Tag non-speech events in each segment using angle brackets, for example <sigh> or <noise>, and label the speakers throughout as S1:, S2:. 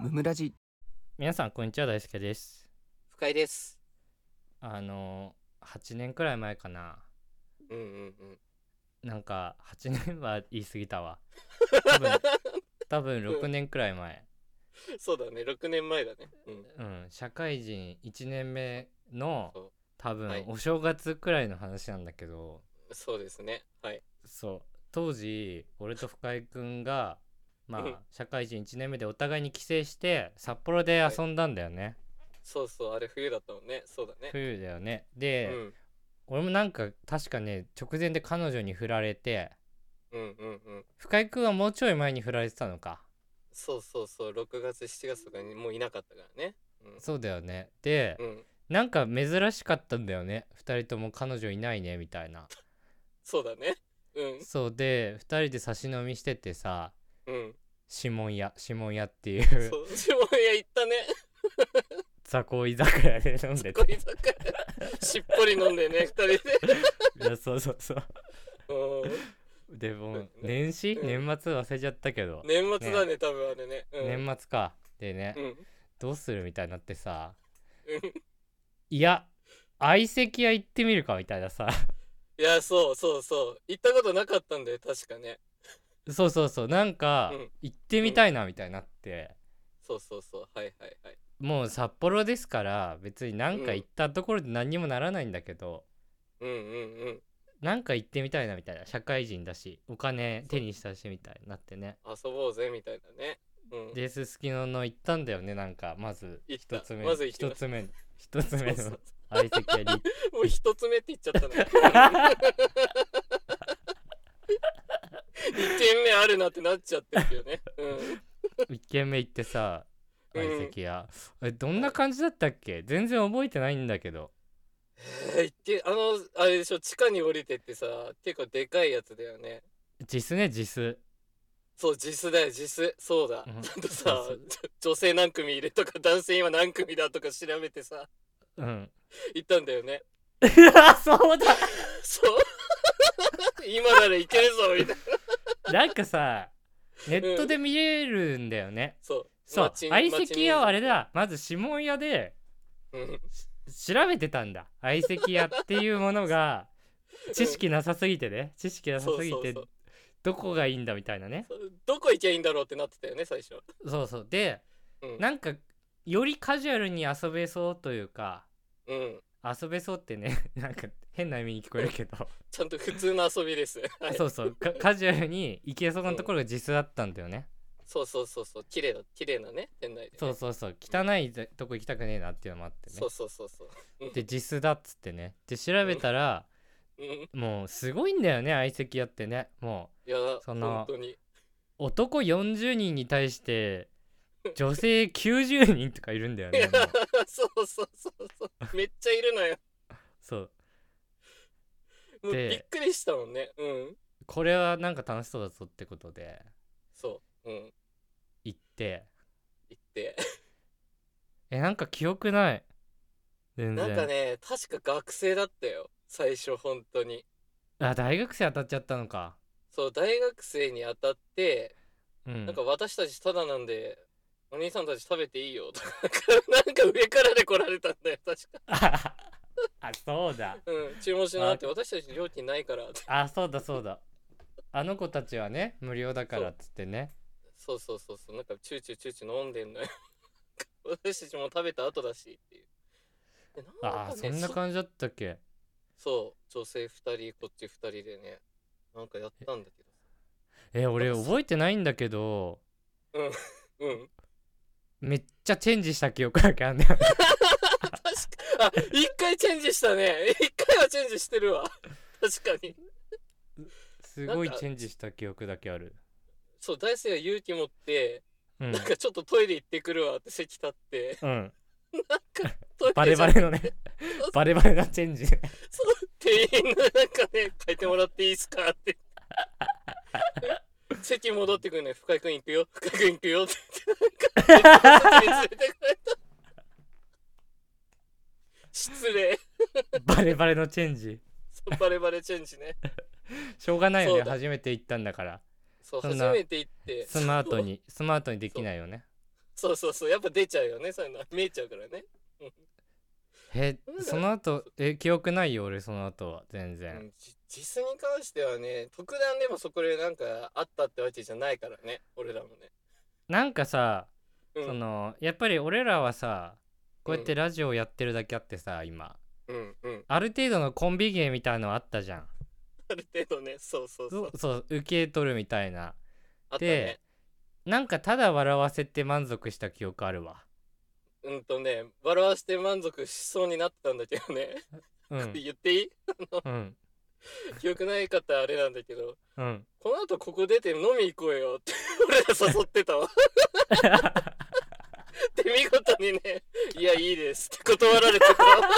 S1: ムムラジ
S2: 皆さんこんにちは大輔です
S3: 深井です。
S2: あの8年くらい前かな
S3: うんうんうん。
S2: なんか8年は言い過ぎたわ
S3: <laughs>
S2: 多分多分6年くらい前
S3: そうだね、6年前だね。うん。
S2: うん社会人1年目の
S3: そ
S2: 多分、
S3: はい
S2: お正月くらいの話なんだけど
S3: そうですね。はい。
S2: そう当時俺と深井くんがま
S3: うん
S2: あ社会人1年目でお互いに帰省して札幌で遊んだんだよね、
S3: そうそう、あれ冬だったもんね。そうだね。
S2: 冬だよね
S3: う
S2: で、
S3: ん。
S2: 俺もなんか確かね直前で彼女に振られて
S3: うんうんうん。
S2: 深井君はもうちょい前に振られてたのか
S3: そうそうそう、6月、7月とかにもういなかったからね。うん。
S2: そうだよねで、
S3: うん、
S2: なんか珍しかったんだよね2人とも彼女いないねみたいな
S3: そうだね。うん。
S2: そうで2人で差し飲みしててさ
S3: うん。
S2: 指紋屋指紋屋っていう
S3: そう、下屋行ったね。
S2: 雑魚居酒屋で飲んで
S3: こい
S2: て
S3: つか。しっぽり飲んでね、2人で。
S2: いやそうそうそう
S3: う
S2: でもう
S3: うん
S2: 年始、
S3: うん
S2: 年末忘れちゃったけど
S3: ん。、年末だね、多分あれね。うん。
S2: 年末かでね、
S3: うん。
S2: どうするみたいになってさ
S3: うん。
S2: いや相席屋行ってみるかみたいなさ
S3: いや、そうそうそう。行ったことなかったんだよ、確かね。
S2: そうそうそうなんか
S3: うん
S2: 行ってみたいなみたいになって、
S3: そうそうそう。はいはいはい。
S2: もう札幌ですから別になんか行ったところで何にもならないんだけど、
S3: うんうんうん。
S2: なんか行ってみたいなみたいな社会人だしお金手にしたしみたいになってね
S3: 遊ぼうぜみたいなね。うん、
S2: でススキノの行ったんだよねなんかまず
S3: 行った
S2: 一つ目
S3: まず行き
S2: 一
S3: ました
S2: つ目一つ
S3: <laughs>
S2: 目
S3: そうそ
S2: の
S3: う
S2: 相席屋に行っ
S3: もう一つ目って言っちゃったね。二軒目あるなってなっちゃってるよね。
S2: 1軒目行ってさ
S3: うん
S2: 相席屋、えどんな感じだったっけ全然覚えてないんだけど
S3: うん。一軒あのあれでしょ地下に降りてってさ結構でかいやつだよね。
S2: 実ね実
S3: そう実だよ実そうだ。
S2: うん
S3: ちゃんとさ
S2: そう
S3: ちょ女性何組いるとか男性今何組だとか調べてさ
S2: うん
S3: <laughs> 行ったんだよね。
S2: そうだ
S3: そう。 <laughs> 今ならいけるぞみたいな。
S2: なんかさネットで見れるんだよね、
S3: そう。
S2: そう
S3: 街に
S2: 相席屋はあれ。だまず指紋屋で
S3: 街にうん
S2: 調べてたんだ相席屋っていうものが知識なさすぎてね知識なさすぎ
S3: そうそ
S2: て
S3: うそう
S2: どこがいいんだみたいなね
S3: どこ行きゃいいんだろうってなってたよね最初。
S2: そうそうで
S3: うん
S2: なんかよりカジュアルに遊べそうというか
S3: うん、
S2: 遊べそうってね <laughs> なんか変な意味に聞こえるけど、
S3: ちゃんと普通の遊びです。 <laughs> はい
S2: そうそうかカジュアルに行けそうなところが実だったんだよね、
S3: そうそうそうそう、綺麗だ、綺麗なね、店内でね、
S2: そうそうそう汚いとこ行きたくねえなっていうのもあってね
S3: そうそうそうそう。
S2: で実だっつってねで調べたら、
S3: うん、い
S2: もうすごいんだよね相席屋ってねも
S3: や、
S2: その
S3: 本当に。 <laughs>
S2: う男40人に対して女性90人とかいるんだよ
S3: い <laughs> や
S2: ねもう
S3: そうそうそうそう、めっちゃいるのよ。
S2: そう
S3: もう
S2: で
S3: びっくりしたもんね。うん、
S2: これはなんか楽しそうだぞってことで
S3: そう、うん、
S2: 行って
S3: 行って。
S2: えなんか記憶ない全然
S3: なんかね、確か学生だったよ、最初本当に。
S2: あ大学生当たっちゃったのか
S3: そう、大学生に当たって、
S2: うん
S3: なんか私たちただなんで。お兄さんたち食べていいよと <laughs> かなんか上からで来られたんだよ確か
S2: あ <laughs> あそうだ
S3: うん注文しなって私たち料金ないからって
S2: あそうだそうだあの子たちはね無料だからっつってね
S3: そうそうそうそう、なんかチューチューチューチュー飲んでんのよ。 <laughs> 私たちも食べた後だしっていう。で
S2: あーそんな感じだったっけ
S3: じそう、女性二人、こっち二人でね、なんかやったんだけ
S2: え俺覚えてないんだけど
S3: ど。うん。 <laughs>
S2: めっちゃチェンジした記憶だけあんだよね
S3: 確か、あ、一回チェンジしたね。一回はチェンジしてるわ。確かに。
S2: すごい
S3: なんか
S2: チェンジした記憶だけある
S3: そう、大生が勇気持って、
S2: うん
S3: なんかちょっとトイレ行ってくるわって席立って、
S2: うん
S3: トイレ
S2: <laughs> バレバレ
S3: <laughs>
S2: のねバレバレなチェンジね
S3: 店員のなんかね、書いてもらっていいですかって。席戻ってくるね、深井君行くよ、深井君行くよって言って、なんか、席に連れてくれた。失礼。
S2: バレバレのチェンジ
S3: そうバレバレチェンジね。
S2: しょうがないよ
S3: そ
S2: ね
S3: うだ
S2: 初めて行ったんだから
S3: そう、
S2: そ
S3: 初
S2: んな
S3: めて行って、
S2: スマートにスマートにできないよね
S3: そうそうそうやっぱ出ちゃうよねそういうのは見えちゃうからね、
S2: え
S3: なんだ
S2: その後え記憶ないよ俺その後は全
S3: う
S2: 然
S3: ん、じ実に関してはね特段でもそこでなんかあったってわけじゃないからね俺らもね、
S2: なんかさ
S3: うん、
S2: そのやっぱり俺らはさこうやってラジオやってるだけあってさ今
S3: うんうん
S2: ある程度のコンビ芸みたいのはあったじゃん
S3: ある程度ねそうそうそう
S2: そうそう受け取るみたいな
S3: あったね
S2: なんかただ笑わせて満足した記憶あるわ
S3: うんとね笑わして満足しそうになってたんだけどね、
S2: う
S3: <laughs>
S2: ん
S3: 言っていい
S2: うん
S3: 記憶ない方あれなんだけど
S2: うん
S3: この後ここ出て飲み行こうよって <laughs> 俺ら誘ってたわで見事にね「いやいいです」って断られてたわ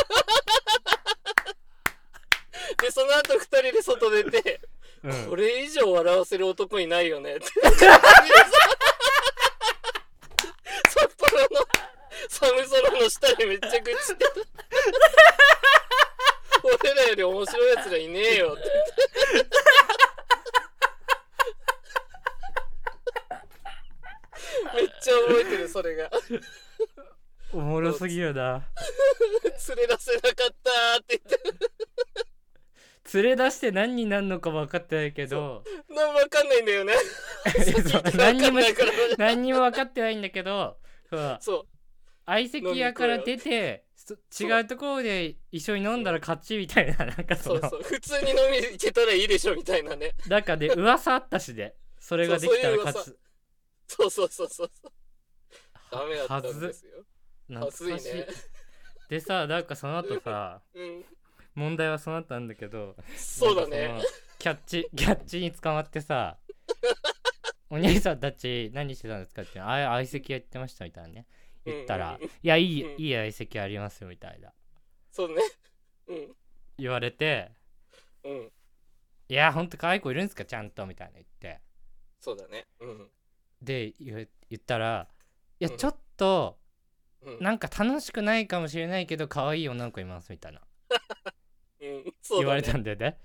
S3: でその後二人で外出て、
S2: う
S3: <laughs>
S2: ん
S3: これ以上笑わせる男いないよ <laughs> ねって札幌の寒空の下でめっちゃ愚痴ってた俺らより面白いやつがいねえよってめっちゃ覚えてるそれが
S2: おもろすぎるな
S3: 連れ出せなかったーって言って
S2: 連れ出して何になるのか分かってないけど
S3: 何もわかん <laughs> ないんだよね
S2: <laughs> そ
S3: わ
S2: う
S3: かん
S2: 何にも
S3: ないから
S2: 何にも分かってないんだけどそう
S3: そう
S2: 相席屋から出てそ違うところで一緒に飲んだら勝ちみたいななんかそ
S3: そう
S2: の
S3: そう普通に飲み行けたらいいでしょみたいなね
S2: 中で噂あったしでそれができたら勝つ
S3: そうそうそうそうそうダメだった
S2: は
S3: んで
S2: ず
S3: すよ
S2: 懐
S3: はずい
S2: かしい
S3: ね
S2: でさなんかその後さ
S3: うん
S2: 問題はその後なんだけど
S3: そうだ
S2: なん
S3: ね
S2: かそのキャッチ <laughs> キャッチに捕まっ
S3: <laughs>
S2: てさお兄さんたち何してたんですかってああ相席屋行ってましたみたいなね言った
S3: うん
S2: ら
S3: うん
S2: 「いやいい
S3: うん
S2: いい相席屋ありますよ」みたいな
S3: そうねうん
S2: 言われて
S3: うん
S2: 「いやほんと可愛い子いるんですかちゃんと」みたいな言って
S3: そうだねうん
S2: で言う言ったら「いや
S3: うん
S2: ちょっと
S3: うん
S2: なんか楽しくないかもしれないけど可愛い女の子います」みたいな
S3: うんそう
S2: 言わ
S3: だ
S2: れ
S3: ね
S2: たんだよね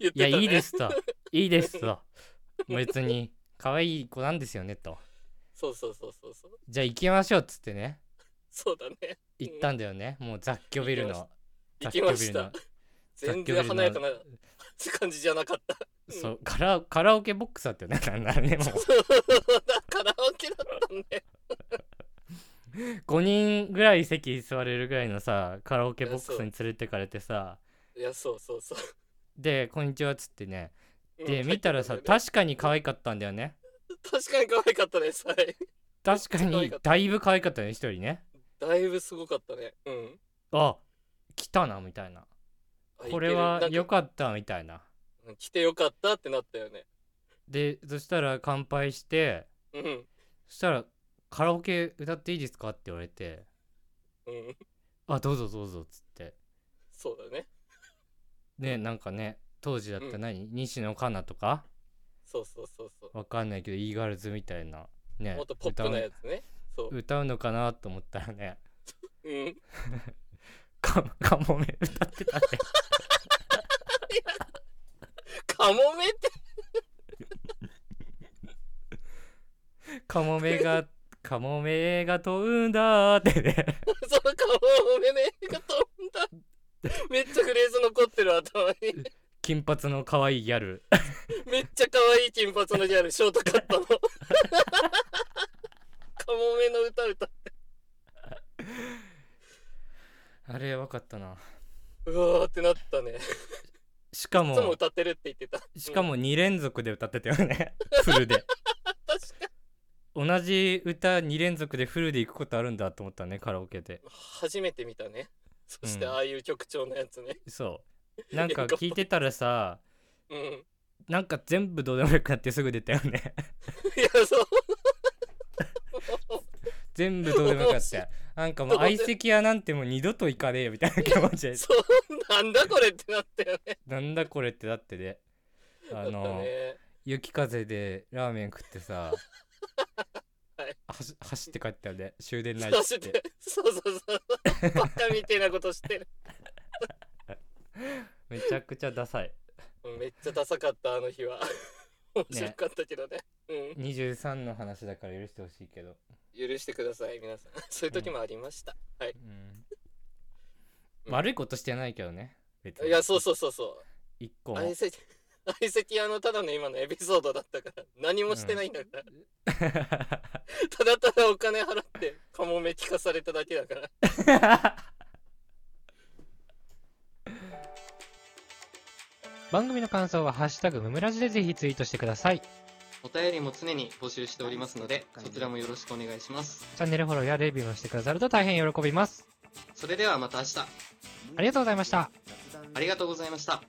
S3: 言っ
S2: いや、
S3: てたね
S2: いいです
S3: <laughs>
S2: と。いいですと。別に、可愛い子なんですよねと。
S3: そうそうそうそうそう
S2: じゃあ行きましょうっつってね。
S3: そうだね
S2: 行ったんだよね。もう雑居ビルの。
S3: 行
S2: 雑
S3: き
S2: 居
S3: ま
S2: ビ
S3: し
S2: ル
S3: た
S2: の。
S3: 全然華やかな感じじゃなかったうん
S2: そう、カラカラオケボックスだったよね。 <laughs> なんならね、もう
S3: そうカラオケだったんで
S2: 5人ぐらい席座れるぐらいのさ、カラオケボックスに連れてかれてさ、
S3: いやそうそうそう
S2: で、こんにちはっつってね。
S3: うん
S2: で、見たらさ、
S3: 入ってたんだよね
S2: 確かに可愛かったんだよね。
S3: 確かに可愛かったですはい
S2: 確か
S3: 可愛
S2: に
S3: かっ、た
S2: だいぶ可愛かったね、一人ね。
S3: だいぶすごかったねうん
S2: あ、来たな、みたいな。
S3: あ
S2: これはい
S3: ける
S2: 良かった、みたいな。
S3: なんか来てよかったってなったよね
S2: でそしたら乾杯して
S3: うん
S2: そしたら「カラオケ歌っていいですか?」って言われて
S3: うん
S2: 「あどうぞどうぞ」っつって
S3: そうだね
S2: ねなんかね当時だった
S3: う
S2: ら
S3: ん
S2: 何、西野カナとか
S3: そうそうそうそう
S2: わかんないけどイーガールズみたいなね
S3: もっとポップなや
S2: 歌
S3: つねそう
S2: う歌うのかなと思ったらね
S3: うん
S2: かかもめ歌ってたね <laughs>
S3: カモメって
S2: かもめがかもめが飛んだーってね
S3: そのカモメねが飛んだ
S2: <laughs>
S3: めっちゃフレーズ残ってる頭に
S2: 金髪の可愛いギャル
S3: めっちゃ可愛い金髪のギャルショートカット
S2: <laughs>
S3: のカモメの歌歌
S2: あれやばかったな
S3: うわーってなったね
S2: しか
S3: いつも
S2: も
S3: 歌ってるって言ってた
S2: しか
S3: うん
S2: も2連続で歌ってたよねフルで
S3: 確か
S2: 同じ歌2連続でフルで行くことあるんだと思ったねカラオケで
S3: 初めて見たねそして
S2: うん
S3: ああいう曲調のやつね
S2: そうなんか聞いてたらさ <laughs>
S3: うん
S2: なんか全部どうでもよくなってすぐ出たよね <laughs>
S3: いやそう
S2: 全部どうでもよくなってなんかもう相席屋なんてもう二度と行かねえよみたいな気持ちで
S3: <laughs> そうなんだこれってなったよね
S2: なんだこれってだってであ
S3: だった
S2: の
S3: ね
S2: 雪風でラーメン食っ
S3: <laughs>
S2: てさ
S3: はい
S2: はし走って帰ったよね終電ないっ
S3: そ
S2: つ
S3: し
S2: って
S3: てそうそうそうバカみたいなことしてる
S2: めちゃくちゃダサい
S3: うんめっちゃダサかったあの日は面白かったけどね
S2: 23の話だから許してほしいけど
S3: 許してください皆さんそういう時もありました、はい
S4: うん
S3: うん
S4: 悪いことしてないけどね別
S3: いやそうそうそうそう
S4: 一個も
S2: <laughs>
S3: 相席相席屋のただの今のエピソードだったから何もしてないんだから、ただただお金払ってカモメ聞かされただけだから
S2: <laughs> 番組の感想は「ハッシュタグムムラジ」でぜひツイートしてくださいチ
S3: お便りも常に募集しておりますのでそちらもよろしくお願いします
S2: ャンネルフォローやレビューもしてくださると大変喜びます
S3: それではまた明日
S2: ありがとうございました
S1: ありがとうございました。